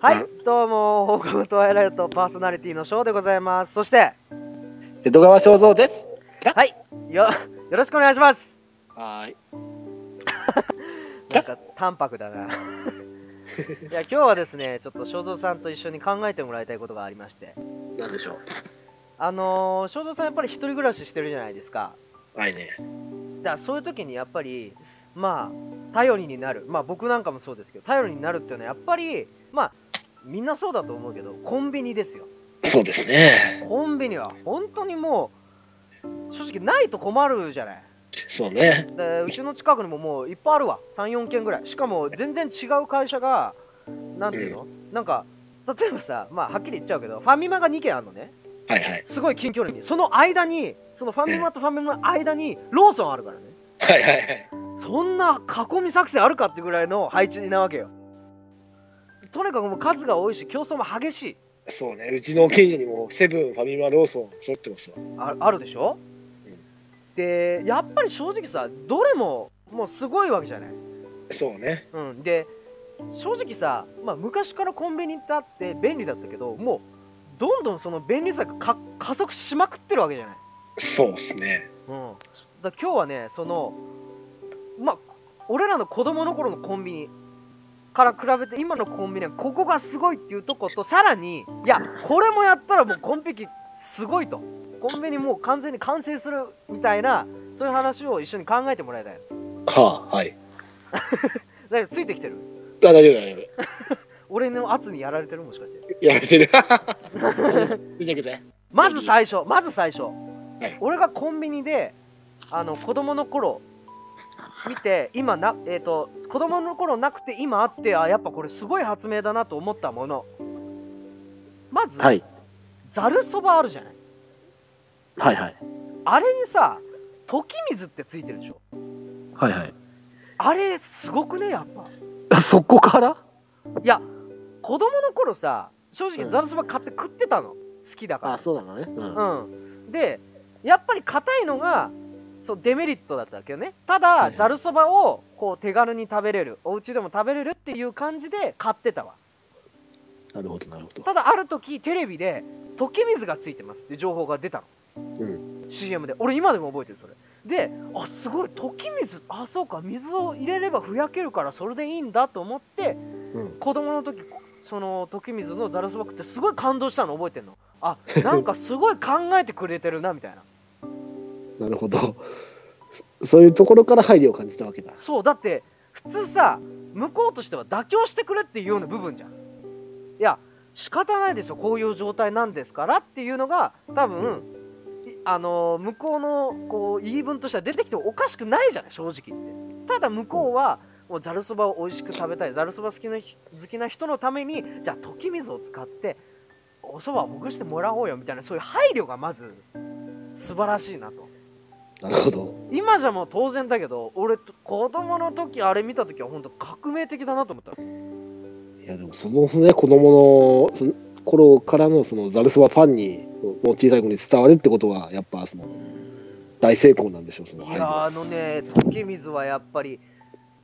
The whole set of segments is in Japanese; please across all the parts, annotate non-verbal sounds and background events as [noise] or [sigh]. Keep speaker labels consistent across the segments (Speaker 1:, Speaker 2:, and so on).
Speaker 1: はい、どうも、放課後トワイライトパーソナリティのショーでございます。そして、
Speaker 2: 江戸川正蔵です。
Speaker 1: はい、よ、よろしくお願いします。
Speaker 2: はーい。
Speaker 1: なんか、淡白だな。い [laughs] や、今日はですね、ちょっと正蔵さんと一緒に考えてもらいたいことがありまして。
Speaker 2: なんでしょ
Speaker 1: あのー、正蔵さんやっぱり一人暮らししてるじゃないですか。
Speaker 2: う。はいね。
Speaker 1: だからそういう時にやっぱりまあ頼りになるまあ僕なんかもそうですけど頼りになるっていうのはやっぱりまあみんなそうだと思うけどコンビニですよ
Speaker 2: そうですね。
Speaker 1: コンビニは本当にもう正直ないと困るじゃない
Speaker 2: そうね。
Speaker 1: でうちの近くにももういっぱいあるわ34軒ぐらいしかも全然違う会社がなんていうの、なんか例えばさまあはっきり言っちゃうけどファミマが2軒あるのね
Speaker 2: はいはい。
Speaker 1: すごい近距離にその間にそのファミマとファミマの間にローソンあるからね
Speaker 2: はいはいはい。
Speaker 1: そんな囲み作戦あるかってぐらいの配置なわけよとにかくもう数が多いし競争も激しい
Speaker 2: そうね。うちの近所にもセブン、ファミマ、ローソン、揃ってますわ。
Speaker 1: ああるでしょ、
Speaker 2: うん
Speaker 1: でやっぱり正直さどれももうすごいわけじゃない、
Speaker 2: そうね。
Speaker 1: うん、で正直さ、まあ、昔からコンビニってあって便利だったけどもうどんどんその便利さがか加速しまくってるわけじゃない
Speaker 2: そうですね。
Speaker 1: うん、だから今日はねそのまあ俺らの子供の頃のコンビニから比べて今のコンビニはここがすごいっていうとことさらにいやこれもやったらもうコンビニすごいとコンビニもう完全に完成するみたいなそういう話を一緒に考えてもらいたい
Speaker 2: はあ、はい。
Speaker 1: だからついてきてる
Speaker 2: あ大丈夫大丈夫。
Speaker 1: 俺の圧にやられてるもしかして
Speaker 2: やられてる。見てくれ。
Speaker 1: まず最初まず最初、
Speaker 2: い
Speaker 1: 俺がコンビニであの子供の頃見て今なえっ、と子供の頃なくて今あってあやっぱこれすごい発明だなと思ったものまず、
Speaker 2: はい
Speaker 1: ざるそばあるじゃない
Speaker 2: はいはい。
Speaker 1: あれにさ溶き水ってついてるでしょ
Speaker 2: はいはい。
Speaker 1: あれすごくねやっぱ
Speaker 2: そこから
Speaker 1: いや子供の頃さ正
Speaker 2: う
Speaker 1: 直
Speaker 2: ん
Speaker 1: ざるそば買って食ってたの好きだから
Speaker 2: そうなのね。うん
Speaker 1: うん、でやっぱり硬いのがそうデメリットだったわけよねただ
Speaker 2: い
Speaker 1: ざるそばをこう手軽に食べれるお家でも食べれるっていう感じで買ってたわ
Speaker 2: なるほどなるほど。
Speaker 1: ただある時テレビで溶き水がついてますって情報が出たの、
Speaker 2: う
Speaker 1: CM で俺今でも覚えてるそれであすごい溶き水あそうか水を入れればふやけるからそれでいいんだと思って
Speaker 2: うん。
Speaker 1: 子供の時その時水のざるそば食ってすごい感動したの覚えてんのあなんかすごい考えてくれてるなみたいな
Speaker 2: なるほど。そういうところから配慮を感じたわけだ。
Speaker 1: そうだって普通さ向こうとしては妥協してくれっていうような部分じゃんいや仕方ないでしょこういう状態なんですからっていうのが多分、いあのー向こうのこう言い分としては出てきてもおかしくないじゃない正直言ってただ向こうはもうざるそばを美味しく食べたいざるそば好きな人好きな人のためにじゃあ溶き水を使っておそばをほぐしてもらおうよみたいなそういう配慮がまず素晴らしいなと
Speaker 2: なるほど。
Speaker 1: 今じゃもう当然だけど俺子供の時あれ見た時は本当革命的だなと思った
Speaker 2: いやでもそのね子供のその頃からのそのざるそばファンにもう小さい子に伝わるってことはやっぱその大成功なんでしょうその
Speaker 1: いやーあのね溶け水はやっぱり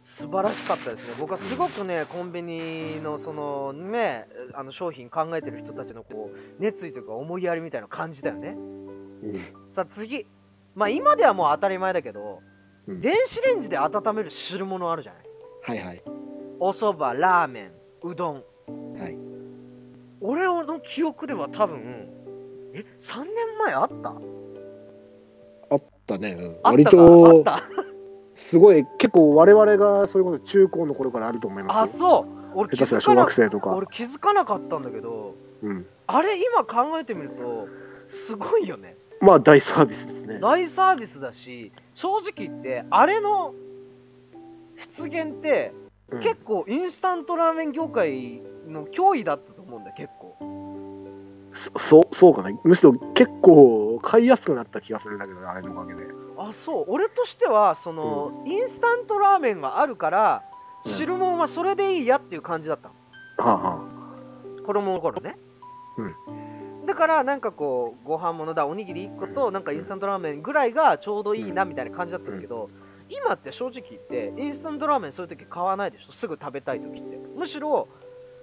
Speaker 1: 素晴らしかったですね僕はすごくねコンビニのそのねあの商品考えてる人たちのこう熱意というか思いやりみたいなの感じだよねさあ次まあ今ではもう当たり前だけど
Speaker 2: うん
Speaker 1: 電子レンジで温める汁物あるじゃない
Speaker 2: はいはい
Speaker 1: おそばラーメンうどん
Speaker 2: はい
Speaker 1: 俺の記憶では多分え3年前あった
Speaker 2: だね、うん、
Speaker 1: あっ
Speaker 2: 割
Speaker 1: たかあっ
Speaker 2: と
Speaker 1: た
Speaker 2: すごい結構我々がそれこそ中高の頃からあると思いま
Speaker 1: あ
Speaker 2: すよ
Speaker 1: そう俺
Speaker 2: 下
Speaker 1: 気
Speaker 2: 手
Speaker 1: づ
Speaker 2: すら
Speaker 1: か
Speaker 2: 小
Speaker 1: な
Speaker 2: 学生とか
Speaker 1: 俺、気づかなかったんだけど
Speaker 2: うん、
Speaker 1: あれ今考えてみるとすごいよね
Speaker 2: まあ大サービスですね
Speaker 1: 大サービスだし正直言ってあれの出現って
Speaker 2: うん
Speaker 1: 結構インスタントラーメン業界の脅威だったと思うんだ結構
Speaker 2: そそうそうかねむしろ結構買いやすくなった気がするんだけどねあれのおかげで
Speaker 1: あそう俺としてはその、インスタントラーメンがあるから
Speaker 2: うん
Speaker 1: 汁物はそれでいいやっていう感じだったの
Speaker 2: はあは
Speaker 1: 子供の頃ね、だからなんかこうご飯物だおにぎり1個となんかインスタントラーメンぐらいがちょうどいいなみたいな感じだったんだけど、今って正直言ってインスタントラーメンそういう時買わないでしょすぐ食べたい時ってむしろ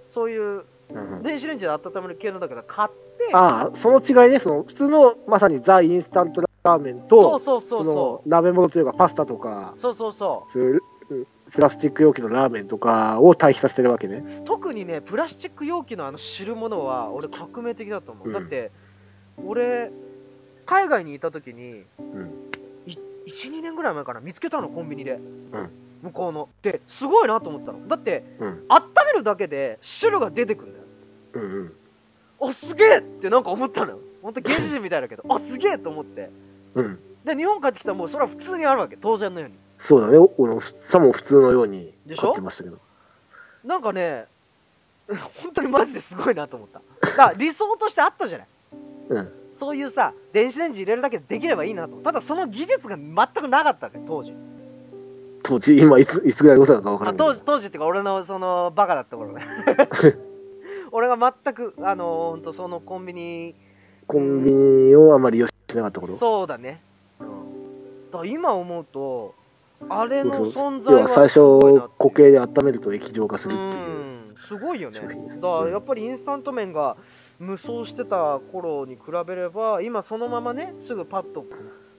Speaker 1: そういう
Speaker 2: うん
Speaker 1: 電子レンジで温める系のだから買って
Speaker 2: ああその違いねその普通のまさにザ・インスタントラーメン
Speaker 1: そう
Speaker 2: と
Speaker 1: そうそう
Speaker 2: の
Speaker 1: そ
Speaker 2: 鍋物というかパスタとか
Speaker 1: うそうそうそ
Speaker 2: そういううんプラスチック容器のラーメンとかを対比させてるわけね
Speaker 1: う特にねプラスチック容器のあの汁物は俺革命的だと思う、
Speaker 2: うん
Speaker 1: だって俺海外にいた時に、
Speaker 2: ん
Speaker 1: い12年ぐらい前かな見つけたのコンビニで、
Speaker 2: ん
Speaker 1: 向こうのですごいなと思ったのだって
Speaker 2: うん
Speaker 1: 温めるだけで汁が出てくるんだよ
Speaker 2: うんうん
Speaker 1: おすげえってなんか思ったのよほんと原始人みたいだけどおすげえと思って
Speaker 2: うん
Speaker 1: で日本帰ってきたらもうそれは普通にあるわけ当然のように
Speaker 2: そうだねお俺もふさも普通のように
Speaker 1: でしょ
Speaker 2: 買ってましたけど
Speaker 1: なんかね本当にマジですごいなと思っただから理想としてあったじゃない
Speaker 2: うん
Speaker 1: そういうさ電子レンジ入れるだけでできればいいなとただその技術が全くなかったわけ当時
Speaker 2: 当時今いついつぐらいのことだか分から
Speaker 1: あ
Speaker 2: ない
Speaker 1: 当時当時っていうか俺のそのバカだった頃
Speaker 2: [laughs]
Speaker 1: ね俺が全くあの本当そのコンビニ
Speaker 2: コンビニをあまり利用しなかった頃
Speaker 1: そうだね、うん、だから今思うとあれの
Speaker 2: そうそう
Speaker 1: 存在
Speaker 2: 要は最
Speaker 1: すごいなってい
Speaker 2: 初
Speaker 1: う
Speaker 2: 固形で温めると液状化する
Speaker 1: う
Speaker 2: っていう、
Speaker 1: んすごいよね
Speaker 2: 商品です
Speaker 1: だからやっぱりインスタント麺が無双してた頃に比べれば今そのままねすぐパッと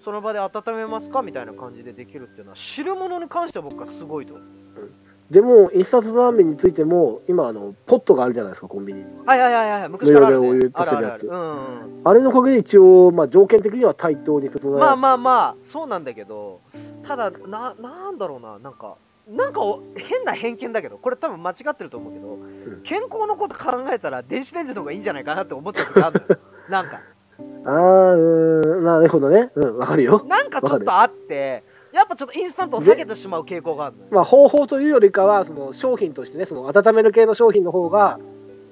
Speaker 1: その場で温めますかみたいな感じでできるっていうのは汁物に関しては僕はすごいと思う
Speaker 2: でもインスタントラーメンについても今あのポットがあるじゃないですかコンビニに
Speaker 1: はいはいはいはい昔からある、ね、
Speaker 2: 無料でお湯足せるや
Speaker 1: あ
Speaker 2: つ
Speaker 1: るあるあるうんうん
Speaker 2: あれのおかげで一応、まあ、条件的には対等に整え
Speaker 1: まあまあ
Speaker 2: あ
Speaker 1: まあそうなんだけどただななんだろうななんかなんかお変な偏見だけどこれ多分間違ってると思うけど、
Speaker 2: ん
Speaker 1: 健康のこと考えたら電子レンジの方がいいんじゃないかなって思っちゃう時あるのよなんか
Speaker 2: あーうーんなるほどねうんわかるよ
Speaker 1: なんかちょっとあってやっぱちょっとインスタントを避けてしまう傾向があるのよ
Speaker 2: まあ方法というよりかはその商品としてねその温める系の商品の方が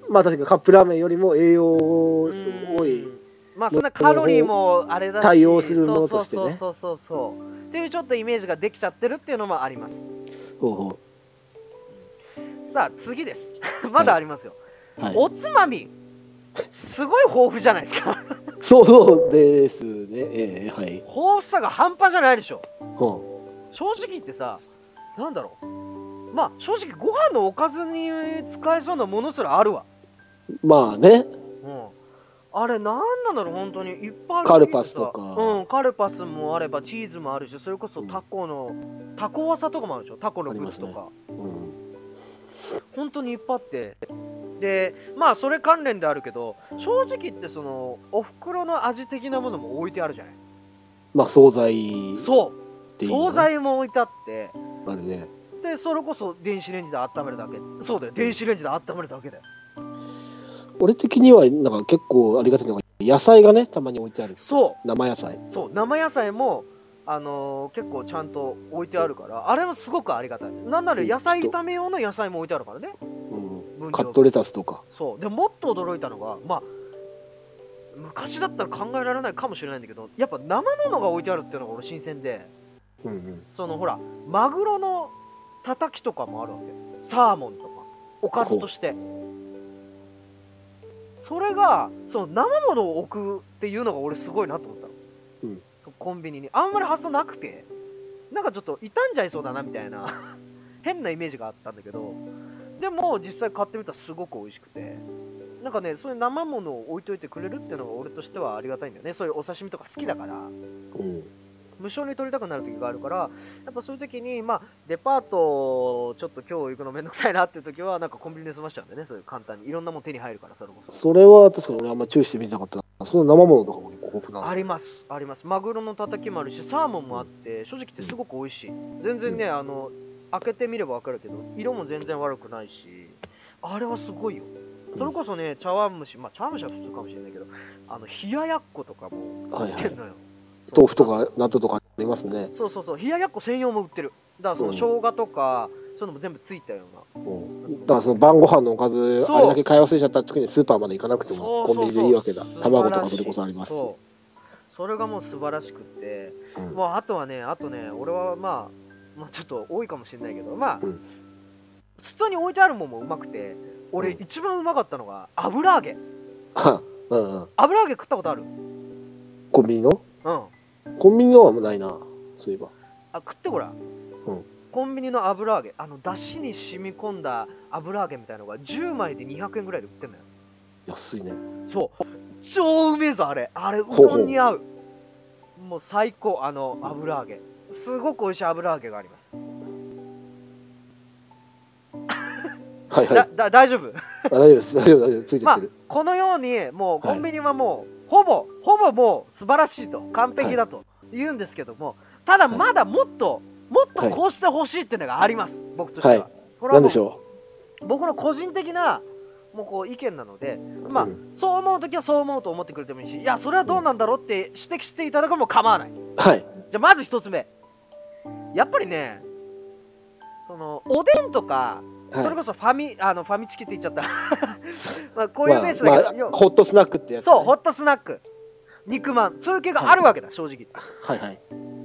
Speaker 2: まあ確かにカップラーメンよりも栄養すごい
Speaker 1: うんまあそんなカロリーもあれだし
Speaker 2: 対応するものとしてね
Speaker 1: そうそうそうそうそうっていうちょっとイメージができちゃってるっていうのもあります
Speaker 2: 方法
Speaker 1: さあ次です [laughs] まだありますよ、
Speaker 2: はい
Speaker 1: おつまみすごい豊富じゃないですか
Speaker 2: そうそうですねええはい
Speaker 1: 豊富さが半端じゃないでしょ
Speaker 2: ほ
Speaker 1: 正直言ってさなんだろうまあ正直ご飯のおかずに使えそうなものすらあるわ
Speaker 2: うまあね
Speaker 1: うんあれなんなんだろう本当にいっぱいある
Speaker 2: カルパスとか
Speaker 1: うんカルパスもあればチーズもあるしそれこそタコの、タコワサとかもあるでしょタコのグッズと
Speaker 2: あり
Speaker 1: か、
Speaker 2: うん
Speaker 1: 本当にいっぱいあってでまあそれ関連であるけど正直言ってそのお袋の味的なものも置いてあるじゃない
Speaker 2: まあ惣菜
Speaker 1: そう
Speaker 2: ていうの
Speaker 1: 惣菜も置いてあって
Speaker 2: あるね
Speaker 1: でそれこそ電子レンジで温めるだけそうだよ電子レンジで温めるだけだよ
Speaker 2: 俺的にはなんか結構ありがたいのが野菜がねたまに置いてある
Speaker 1: そう
Speaker 2: 生野菜
Speaker 1: そう生野菜もあのー結構ちゃんと置いてあるからあれもすごくありがたいなんなら
Speaker 2: うん
Speaker 1: 野菜炒め用の野菜も置いてあるからね
Speaker 2: うん
Speaker 1: 分
Speaker 2: カ
Speaker 1: 量
Speaker 2: ットレタスとか
Speaker 1: そうでもっと驚いたのがまあ昔だったら考えられないかもしれないんだけどやっぱ生ものが置いてあるっていうのが俺新鮮で
Speaker 2: うんうん
Speaker 1: そのほらマグロのたたきとかもあるわけサーモンとかおかずとしてそれがその生ものを置くっていうのが俺すごいなと思ったの、
Speaker 2: うん
Speaker 1: そコンビニにあんまり発想なくてなんかちょっと傷んじゃいそうだなみたいな [laughs] 変なイメージがあったんだけどでも実際買ってみたらすごく美味しくてなんかねそういう生ものを置いといてくれるっていうのが俺としてはありがたいんだよねそういうお刺身とか好きだから、
Speaker 2: うん
Speaker 1: 無償に取りたくなる時があるからやっぱそういう時にまあデパートちょっと今日行くのめんどくさいなっていう時はなんかコンビニで済ましちゃうんでねそういう簡単にいろんなもん手に入るからそれこそ
Speaker 2: それは確かに俺あんま注意して見てなかったなその生ものとかも結構豊富なん
Speaker 1: あ
Speaker 2: で
Speaker 1: りますありますマグロのたたきもあるしサーモンもあって正直言ってすごく美味しい全然ねあの開けてみれば分かるけど色も全然悪くないしあれはすごいよそれこそね茶碗蒸しまあ茶碗蒸しは普通かもしれないけどあの冷ややっことかも売ってんのよ、
Speaker 2: す豆腐とか納豆とかありますね
Speaker 1: そうそうそう冷ややっこ専用も売ってるだからその
Speaker 2: うん
Speaker 1: 生姜とか、そういうのも全部ついたよう
Speaker 2: うんだからその晩ご飯のおかず
Speaker 1: そう
Speaker 2: あれだけ買い忘れちゃった時にスーパーまで行かなくて
Speaker 1: な
Speaker 2: も
Speaker 1: そう
Speaker 2: コンビニでいいわけだ
Speaker 1: そうそう
Speaker 2: 卵とか
Speaker 1: 素晴らしい
Speaker 2: それこそありますし
Speaker 1: そうそれがもう素晴らしくって、
Speaker 2: うん
Speaker 1: もうあとはねあとね俺はまあ、まあ、ちょっと多いかもしれないけどまあ、
Speaker 2: うん
Speaker 1: 普通に置いてあるもんもうまくて俺
Speaker 2: うん
Speaker 1: 一番うまかったのが油揚げ
Speaker 2: は [laughs] うんうん
Speaker 1: 油揚げ食ったことある
Speaker 2: コンビニの
Speaker 1: うん
Speaker 2: コンビニのはもうないなそういえば
Speaker 1: あ食ってごらん、
Speaker 2: うん
Speaker 1: コンビニの油揚げあの出汁に染み込んだ油揚げみたいのが10枚で200円ぐらいで売ってんだよ
Speaker 2: 安いね
Speaker 1: そう超うめえぞあれあれう
Speaker 2: ほうほ
Speaker 1: ど
Speaker 2: うん
Speaker 1: に合うもう最高あの油揚げすごく美味しい油揚げがあります、
Speaker 2: はいはい
Speaker 1: だだ大丈夫 [laughs]
Speaker 2: あ大丈夫です大丈夫大丈夫ついて
Speaker 1: ま
Speaker 2: っ
Speaker 1: あ
Speaker 2: てる、
Speaker 1: このようにもうコンビニはもう、ほぼほぼもう素晴らしいと完璧だと言うんですけども、ただ
Speaker 2: はい
Speaker 1: まだもっともっと
Speaker 2: はい
Speaker 1: こうしてほしいっていうのがあります、僕としては、
Speaker 2: はい
Speaker 1: こ
Speaker 2: なんでし
Speaker 1: う
Speaker 2: ょ
Speaker 1: 僕の個人的なもうこう意見なのでまあ、
Speaker 2: うん
Speaker 1: そう思う時はそう思うと思ってくれてもいいしいやそれはどうなんだろうって指摘していただくのも構わないう
Speaker 2: はい
Speaker 1: じゃあまず一つ目やっぱりねそのおでんとか、それ
Speaker 2: は
Speaker 1: こそファミあのファミチキって言っちゃった [laughs] まあこう
Speaker 2: い
Speaker 1: いう名詞だけど、
Speaker 2: まあま
Speaker 1: 要
Speaker 2: あ、ホットスナックってやつ、ね、
Speaker 1: そう、ホットスナック、肉まん、そういう系があるわけだ、正直。
Speaker 2: はいはい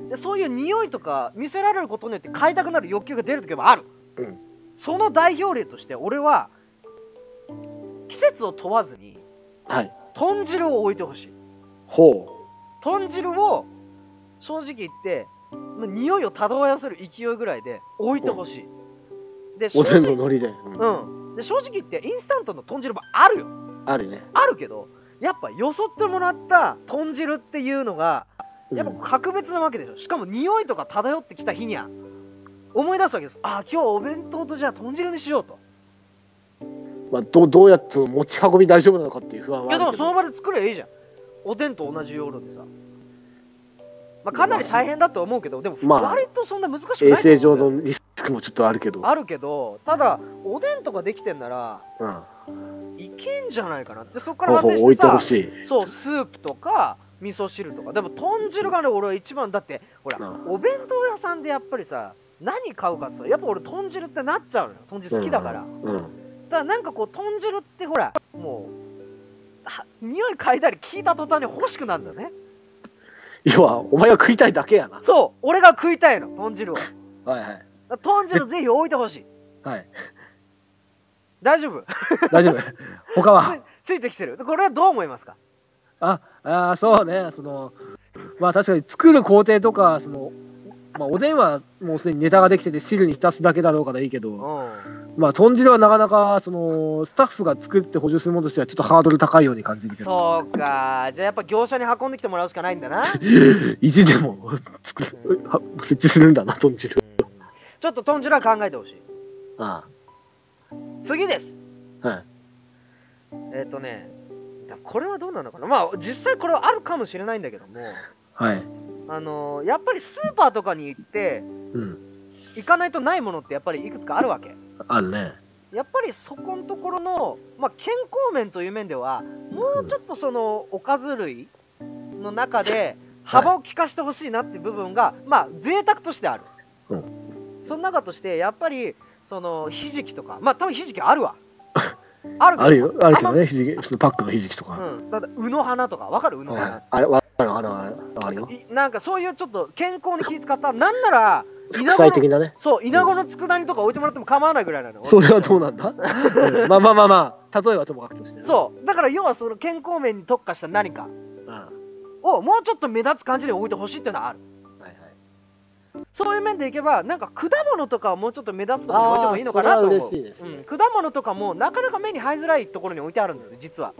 Speaker 1: で、そういう匂いとか見せられることによって買いたくなる欲求が出る時もある。
Speaker 2: うん
Speaker 1: その代表例として、俺は季節を問わずに
Speaker 2: はい
Speaker 1: 豚汁を置いてほしい。
Speaker 2: ほ
Speaker 1: 豚汁を正直言って、まあ匂いを漂わせる勢いぐらいで置いてほしい。で、
Speaker 2: うお
Speaker 1: 正
Speaker 2: でん
Speaker 1: 直
Speaker 2: の、海苔で、うん
Speaker 1: うん。で、正直言って、インスタントの豚汁もあるよ。
Speaker 2: あるね、
Speaker 1: あるけど、やっぱよそってもらった豚汁っていうのが
Speaker 2: うん
Speaker 1: やっぱ格別なわけでしょしかも匂いとか漂ってきた日にゃ思い出すわけですああ今日お弁当とじゃあ豚汁にしようと
Speaker 2: まあ、どうどうやって持ち運び大丈夫なのかっていう不安
Speaker 1: い
Speaker 2: はあ
Speaker 1: やで
Speaker 2: る
Speaker 1: も
Speaker 2: け
Speaker 1: そ
Speaker 2: ど
Speaker 1: の場で作ればいいじゃんおでんと同じ要領でさ、まあ、かなり大変だと思うけどでも
Speaker 2: まあ
Speaker 1: 割とそんな難しくない
Speaker 2: 衛生
Speaker 1: と
Speaker 2: 上
Speaker 1: 思うんだよ
Speaker 2: のリスクもちょっとあるけど
Speaker 1: あるけどただおでんとかできてんなら
Speaker 2: うん
Speaker 1: いけんじゃないかなってそこから
Speaker 2: ほうほ
Speaker 1: 派
Speaker 2: う
Speaker 1: 生
Speaker 2: 置
Speaker 1: し
Speaker 2: いてほ
Speaker 1: てさ
Speaker 2: しい
Speaker 1: そうスープとか味噌汁とかでも豚汁がね俺は一番だってほら
Speaker 2: うん
Speaker 1: お弁当屋さんでやっぱりさ何買うかってさやっぱ俺豚汁ってなっちゃうのよ豚汁好きだから、
Speaker 2: うん
Speaker 1: ただなんかこう豚汁ってほらもうは匂い嗅いだり聞いた途端に欲しくなるんだよね
Speaker 2: 要はお前が食いたいだけやな
Speaker 1: そう俺が食いたいの豚汁をだか
Speaker 2: はいはい
Speaker 1: ら豚汁ぜひ置いてほしい
Speaker 2: はい
Speaker 1: 大丈夫 [laughs]
Speaker 2: 大丈夫 [laughs] 他は
Speaker 1: ついてきてるこれはどう思いますか
Speaker 3: ああーそうねそのまあ確かに作る工程とかその、まあ、おでんはもうすでにネタができてて汁に浸すだけだろうからいいけ
Speaker 1: う
Speaker 3: ど、
Speaker 1: ん
Speaker 3: まあ、豚汁はなかなかそのスタッフが作って補充するものとしてはちょっとハードル高いように感じるけど
Speaker 1: そうかじゃあやっぱ業者に運んできてもらうしかないん
Speaker 3: [laughs]
Speaker 1: だな
Speaker 3: 意地でも作るは設置するんだな豚汁
Speaker 1: ちょっと豚汁は考えてほしい
Speaker 2: あ
Speaker 1: 次です
Speaker 2: あはい
Speaker 1: えっ、とねだこれはどうなのかなまあ実際これはあるかもしれないんだけども
Speaker 3: はい
Speaker 1: あのーやっぱりスーパーとかに行って
Speaker 3: うん
Speaker 1: 行かないとないものってやっぱりいくつかあるわけ
Speaker 3: あるね
Speaker 1: やっぱりそこのところの、まあ、健康面という面ではもうちょっとそのおかず類の中で幅を利かしてほしいなって部分が、まあ贅沢としてある、
Speaker 3: う
Speaker 1: その中としてやっぱりそのひじきとかまあ多分ひじき
Speaker 3: [laughs]
Speaker 1: あるわあるけど
Speaker 3: あるよあるけど
Speaker 1: んま
Speaker 3: ねひじき普通のパックのひじきとか、
Speaker 1: うん、ただうの花とかわかるうの
Speaker 2: はい
Speaker 1: 花
Speaker 2: あれわかるわかるわかるわかるよ
Speaker 1: いなんかそういうちょっと健康に気遣ったなんなら
Speaker 2: 副菜
Speaker 1: の
Speaker 2: 的なね
Speaker 1: そう稲子の佃煮とか置いてもらっても構わないぐらいなの
Speaker 3: それはどうなんだうんまあまあまあまあ例えはともかくとしてね
Speaker 1: そうだから要はその健康面に特化した何か
Speaker 2: うんは
Speaker 1: をもうちょっと目立つ感じで置いてほしいっていうのはある
Speaker 2: いはい
Speaker 1: そういう面でいけばなんか果物とかをもうちょっと目立つところに置いて
Speaker 2: あ
Speaker 1: も
Speaker 2: あ
Speaker 1: いいのかなと思う
Speaker 2: それは嬉しいですね
Speaker 1: うん、果物とかもなかなか目に入りづらいところに置いてあるんですよ実は、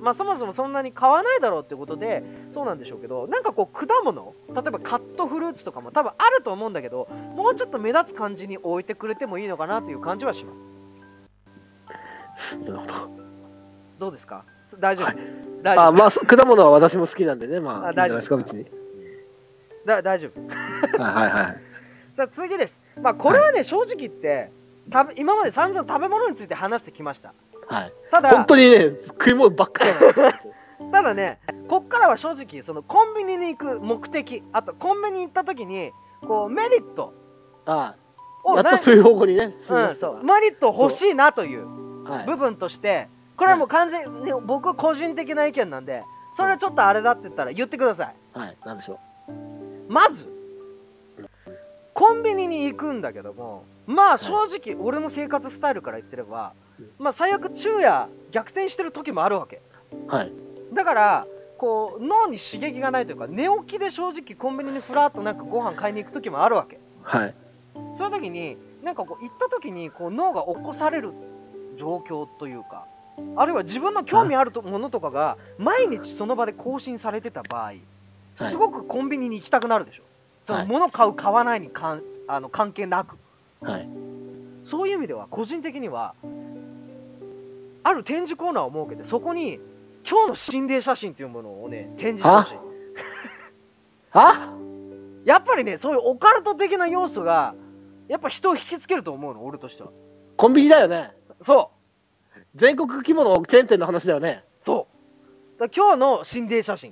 Speaker 1: まあそもそもそんなに買わないだろうってことでそうなんでしょうけどなんかこう果物例えばカットフルーツとかも多分あると思うんだけどもうちょっと目立つ感じに置いてくれてもいいのかなという感じはします
Speaker 2: なるほど
Speaker 1: どうですかつ大丈夫、
Speaker 2: はい
Speaker 1: 大丈
Speaker 2: あ
Speaker 1: 夫
Speaker 2: まあそう果物は私も好きなんでねま
Speaker 1: あ
Speaker 2: あいいんじゃ
Speaker 1: 大
Speaker 2: な
Speaker 1: 丈夫
Speaker 2: いですか別に
Speaker 1: だ大丈夫
Speaker 2: はいはいはい
Speaker 1: さあ次ですまあこれはね、正直言って食べ今まで散々食べ物について話してきました
Speaker 2: はい
Speaker 1: ただ
Speaker 2: 本当にね食い物ばっかだな
Speaker 1: ただねこっからは正直そのコンビニに行く目的あとコンビニに行った時にこうメリット
Speaker 2: ああ
Speaker 1: を
Speaker 2: やっ
Speaker 1: な
Speaker 2: とそういう方向にね進み
Speaker 1: う
Speaker 2: ま
Speaker 1: ん、
Speaker 2: した
Speaker 1: そ
Speaker 2: わ
Speaker 1: うメリット欲しいなという
Speaker 2: はい
Speaker 1: 部分としてこれはもう完全に僕個人的な意見なんでそれはちょっとあれだって言ったら言ってください
Speaker 2: はいなんでしょ
Speaker 1: まずコンビニに行くんだけどもまあ正直俺の生活スタイルから言ってれば
Speaker 2: うん
Speaker 1: まあ最悪昼夜逆転してる時もあるわけ
Speaker 2: うはい
Speaker 1: だからこう脳に刺激がないというか寝起きで正直コンビニにふらっとなんかご飯買いに行く時もあるわけ
Speaker 2: はい
Speaker 1: その時になんかこう行った時にこう脳が起こされる状況というかあるいは自分の興味あるとものとかが毎日その場で更新されてた場合すごくコンビニに行きたくなるでしょ、そ
Speaker 2: は
Speaker 1: の
Speaker 2: い
Speaker 1: 物買う買わないにかんあの関係なく
Speaker 2: はい
Speaker 1: そういう意味では個人的にはある展示コーナーを設けてそこに今日の心霊写真というものをね展示してほしい
Speaker 2: あ
Speaker 1: やっぱりねそういうオカルト的な要素がやっぱ人を引きつけると思うの俺としては
Speaker 2: コンビニだよね
Speaker 1: そう
Speaker 2: 全国規模のチェーン店の話だよね
Speaker 1: そうだから今日の心霊写真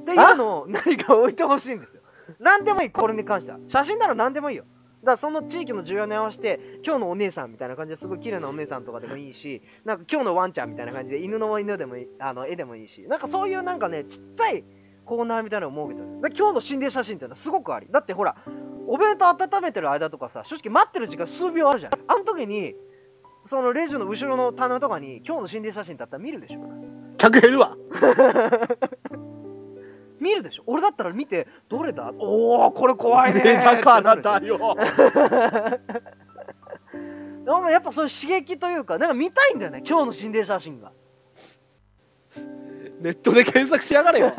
Speaker 1: っていうのを何か置いてほしいんですよ何でもいいこれに関しては写真なら何でもいいよだからその地域の需要に合わせて今日のお姉さんみたいな感じですごい綺麗なお姉さんとかでもいいしなんか今日のワンちゃんみたいな感じで犬の犬でもいいあの絵でもいいしなんかそういうなんかねちっちゃいコーナーみたいなのを設けてるだから今日の心霊写真っていうのはすごくありだってほらお弁当温めてる間とかさ正直待ってる時間数秒あるじゃんあの時にそのレジの後ろの棚とかに今日の心霊写真だったら見るでしょ
Speaker 2: 客減るわ
Speaker 1: 見るでしょ俺だったら見てどれだおおこれ怖いねー
Speaker 2: [laughs] だ
Speaker 1: [laughs]
Speaker 2: か
Speaker 1: っ
Speaker 2: ら
Speaker 1: てなる
Speaker 2: だよ
Speaker 1: でもやっぱそういう刺激というかなんか見たいんだよね今日の心霊写真が
Speaker 2: ネットで検索しやがれよ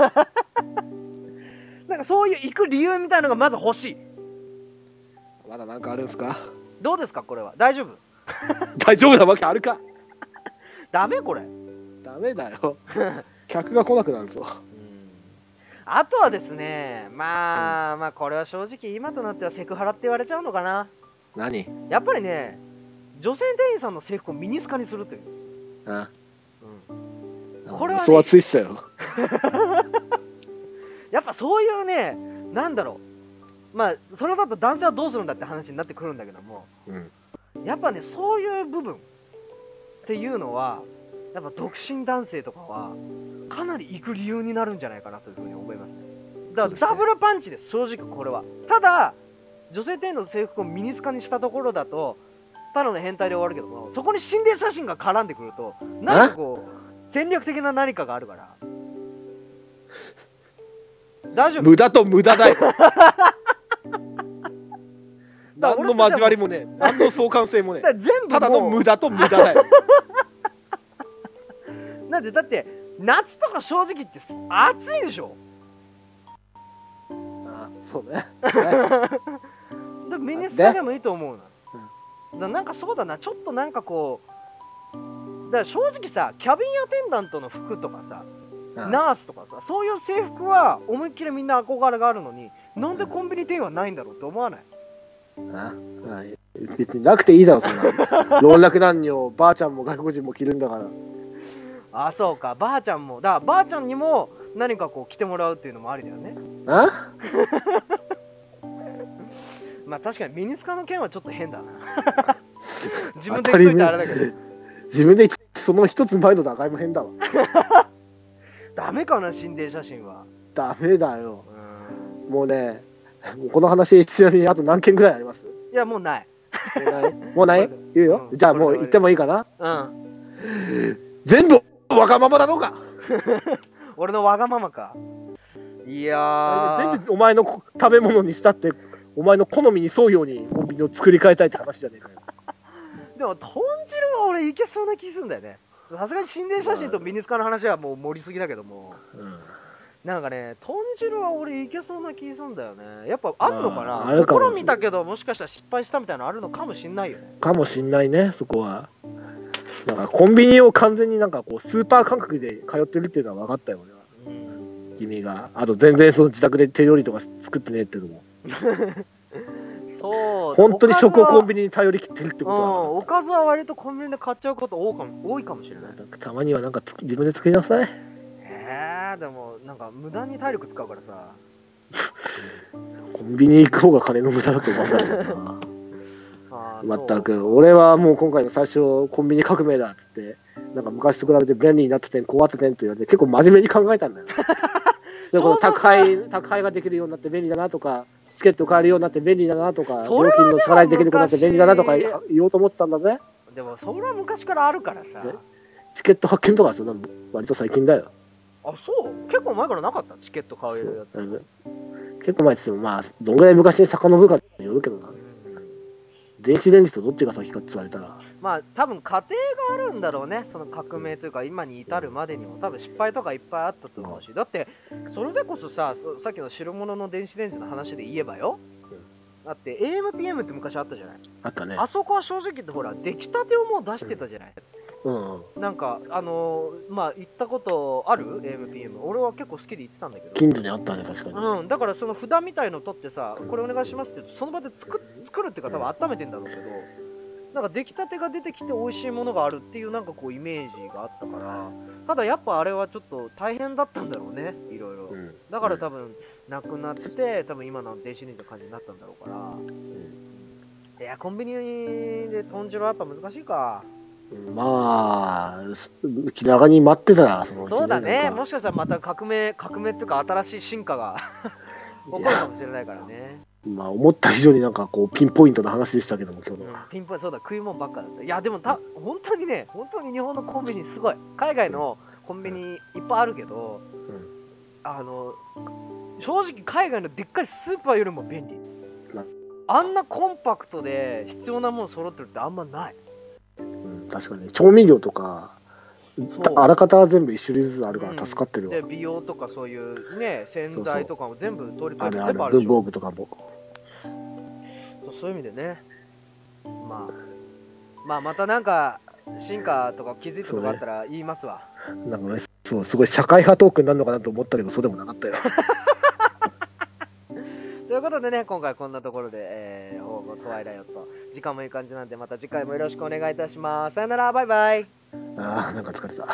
Speaker 1: なんかそういう行く理由みたいなのがまず欲しい
Speaker 2: まだなんかあるんすか
Speaker 1: どうですかこれは大丈夫
Speaker 2: 大丈夫なわけあるか
Speaker 1: ダメこれ
Speaker 2: ダメだよ客が来なくなるぞ
Speaker 1: あとはですねまあまあこれは正直今となってはセクハラって言われちゃうのかな
Speaker 2: 何
Speaker 1: やっぱりね女性店員さんの制服をミニスカにするという、
Speaker 2: あ
Speaker 1: これはね
Speaker 2: 嘘はついてたよ
Speaker 1: やっぱそういうねなんだろうまあそれだと男性はどうするんだって話になってくるんだけども
Speaker 2: うん
Speaker 1: やっぱねそういう部分っていうのはやっぱ独身男性とかはかなり行く理由になるんじゃないかなというふうに思いますねだ
Speaker 2: そ
Speaker 1: から
Speaker 2: うですね
Speaker 1: ダブルパンチです正直これはただ女性店員の制服をミニスカにしたところだとただの変態で終わるけどもそこに心霊写真が絡んでくるとなんかこう戦略的な何かがある [laughs] から大丈夫
Speaker 2: 無駄と無駄だよ
Speaker 1: だから
Speaker 2: 何の交わりもねえ何の相関性もね
Speaker 1: だか
Speaker 2: え
Speaker 1: ら全部
Speaker 2: ただの
Speaker 1: もう
Speaker 2: 無駄と無駄だよ
Speaker 1: なんでだって夏とか正直言ってす暑いでしょ
Speaker 2: あそうね
Speaker 1: [laughs] でミニスカでもいいと思うな、だなんかそうだなちょっとなんかこうだから正直さキャビンアテンダントの服とかさナースとかさそういう制服は思いっきりみんな憧れがあるのになんでコンビニ店員はないんだろうって思わない
Speaker 2: ああ別になくていいだろそんなの老若男女ばあちゃんも外国人も着るんだから
Speaker 1: あそうかばあちゃんもだからばあちゃんにも何かこう着てもらうっていうのもありだよね
Speaker 2: あ
Speaker 1: まあ確かにミニスカの件はちょっと変だな
Speaker 2: [laughs]
Speaker 1: 自分で言っといてあれだけど
Speaker 2: 自分で言ってその一つ前の高いも変だわ
Speaker 1: ダメかな心霊写真は
Speaker 2: ダメだよ
Speaker 1: うん
Speaker 2: もうねもうこの話ちなみにあと何件ぐらいあります
Speaker 1: いやもうない
Speaker 2: もうないもうない
Speaker 1: これ
Speaker 2: 言うよ、
Speaker 1: うん
Speaker 2: じゃあもう言ってもいいかな
Speaker 1: うん
Speaker 2: 全部わがままだろうか
Speaker 1: 俺のわがままかいやー
Speaker 2: 全部お前のこ食べ物にしたってお前の好みに沿うようにコンビニを作り変えたいって話じゃねえかよ
Speaker 1: でも豚汁は俺いけそうな気すんだよねさすがに心霊写真とミニスカの話はもう盛りすぎだけどもなんかね豚汁は俺いけそうな気すんだよねやっぱあるのか
Speaker 2: ま
Speaker 1: な
Speaker 2: ああるかもしれ
Speaker 1: 試
Speaker 2: ない
Speaker 1: みたけどもしかしたら失敗したみたいなのあるのかもしんないよね
Speaker 2: かもしんないねそこはなんかコンビニを完全になんかこうスーパー感覚で通ってるっていうのは分かったよ俺は君があと全然その自宅で手料理とか作ってねえっていうのも
Speaker 1: そう
Speaker 2: 本当に食をコン
Speaker 1: ビ
Speaker 2: ビニに頼りきってるって
Speaker 1: ニ
Speaker 2: こ
Speaker 1: うん
Speaker 2: とは
Speaker 1: おかずは割とコンビニで買っちゃうこと多いかも多いかもしれない
Speaker 2: なんかたまにはなんかつ自分で作りなさい
Speaker 1: えー、でもなんか無駄に体力使うからさ
Speaker 2: コンビニ行く方が金の無駄だと思うんだけどな
Speaker 1: あーそう
Speaker 2: 全く俺はもう今回の最初コンビニ革命だっつってなんか昔と比べて便利になった点こうあった点って言われて結構真面目に考えたん
Speaker 1: [laughs]
Speaker 2: だよそれこそ宅配宅配ができるようになって便利だなとかチケット買えるようになって便利だなとか
Speaker 1: それ
Speaker 2: 料
Speaker 1: は
Speaker 2: 金の支払いできるようになって便利だなとか
Speaker 1: でも昔
Speaker 2: 言おうと思ってたんだぜ
Speaker 1: でもそれは昔からあるからさ
Speaker 2: ぜチケット発券とかそんなの割と最近だよ
Speaker 1: あそう結構前からなかったチケット買えるやつ
Speaker 2: そううん結構前って言ってもまあどんぐらい昔に遡るかによるけどな
Speaker 1: うん
Speaker 2: 電子レンジとどっちが先かって言われたら、
Speaker 1: まあ多分家庭があるんだろうねその革命というか今に至るまでにも多分失敗とかいっぱいあったと思うしだってそれでこそさそさっきの白物の電子レンジの話で言えばよだって AMPM って昔あったじゃない
Speaker 2: あったね。
Speaker 1: あそこは正直言ってほら出来たてをもう出してたじゃない
Speaker 2: うんうん。
Speaker 1: なんかあのーまあ行ったことある AMPM 俺は結構好きで行ってたんだけど
Speaker 2: 近所にあったね、確かに。
Speaker 1: うん、だからその札みたいの取ってさ、これお願いしますって言うとその場で作作るっていうか、多分温めてんだろうけど、なんか出来たてが出てきて美味しいものがあるっていう、なんかこう、イメージがあったから、ただやっぱあれはちょっと大変だったんだろうね、いろいろ
Speaker 2: う。ん
Speaker 1: だから多分、なくなって、多分今の電子レンジの感じになったんだろうから。いや、コンビニで豚汁はやっぱ難しいか。
Speaker 2: うんまあ、す気長に待ってたら、そのうち
Speaker 1: そうだ
Speaker 2: な
Speaker 1: ね、
Speaker 2: んか
Speaker 1: もしかしたらまた革命、革命っていうか、新しい進化が起こるかもしれないからね。
Speaker 2: まあ、思った以上になんかこう、ピンポイントな話でしたけども、今日のは。
Speaker 1: ピンポイントそうだ食い物ばっかだったいやでもた本当にね本当に日本のコンビニすごい海外のコンビニいっぱいあるけど、
Speaker 2: ん
Speaker 1: あの正直海外のでっかいスーパーよりも便利
Speaker 2: な
Speaker 1: あんなコンパクトで必要なもの揃ってるってあんまない
Speaker 2: うん、確かに。調味料とか、
Speaker 1: そう
Speaker 2: あらかたは全部一種類ずつあるか
Speaker 1: うん
Speaker 2: ら助かってるわ。
Speaker 1: で美容とかそういうね洗
Speaker 2: そうそう
Speaker 1: 剤とかも全部取り
Speaker 2: あ
Speaker 1: 取り全
Speaker 2: るある
Speaker 1: 部あ、るで
Speaker 2: 文
Speaker 1: しょ
Speaker 2: 房具とかも。
Speaker 1: そうそういう意味でねまあまあまたなんか進化とか気づいたことがあったら言いますわ、
Speaker 2: なんかね、そう、すごい社会派トークになるのかなと思ったけど、そうでもなかっ
Speaker 1: [laughs]
Speaker 2: たよ。
Speaker 1: ということでね、今回こんなところで、えー、ほぼトワイライオット、時間もいい感じなんで、また次回もよろしくお願いいたします。さよなら、バイバイ。
Speaker 2: ああ、なんか疲れた。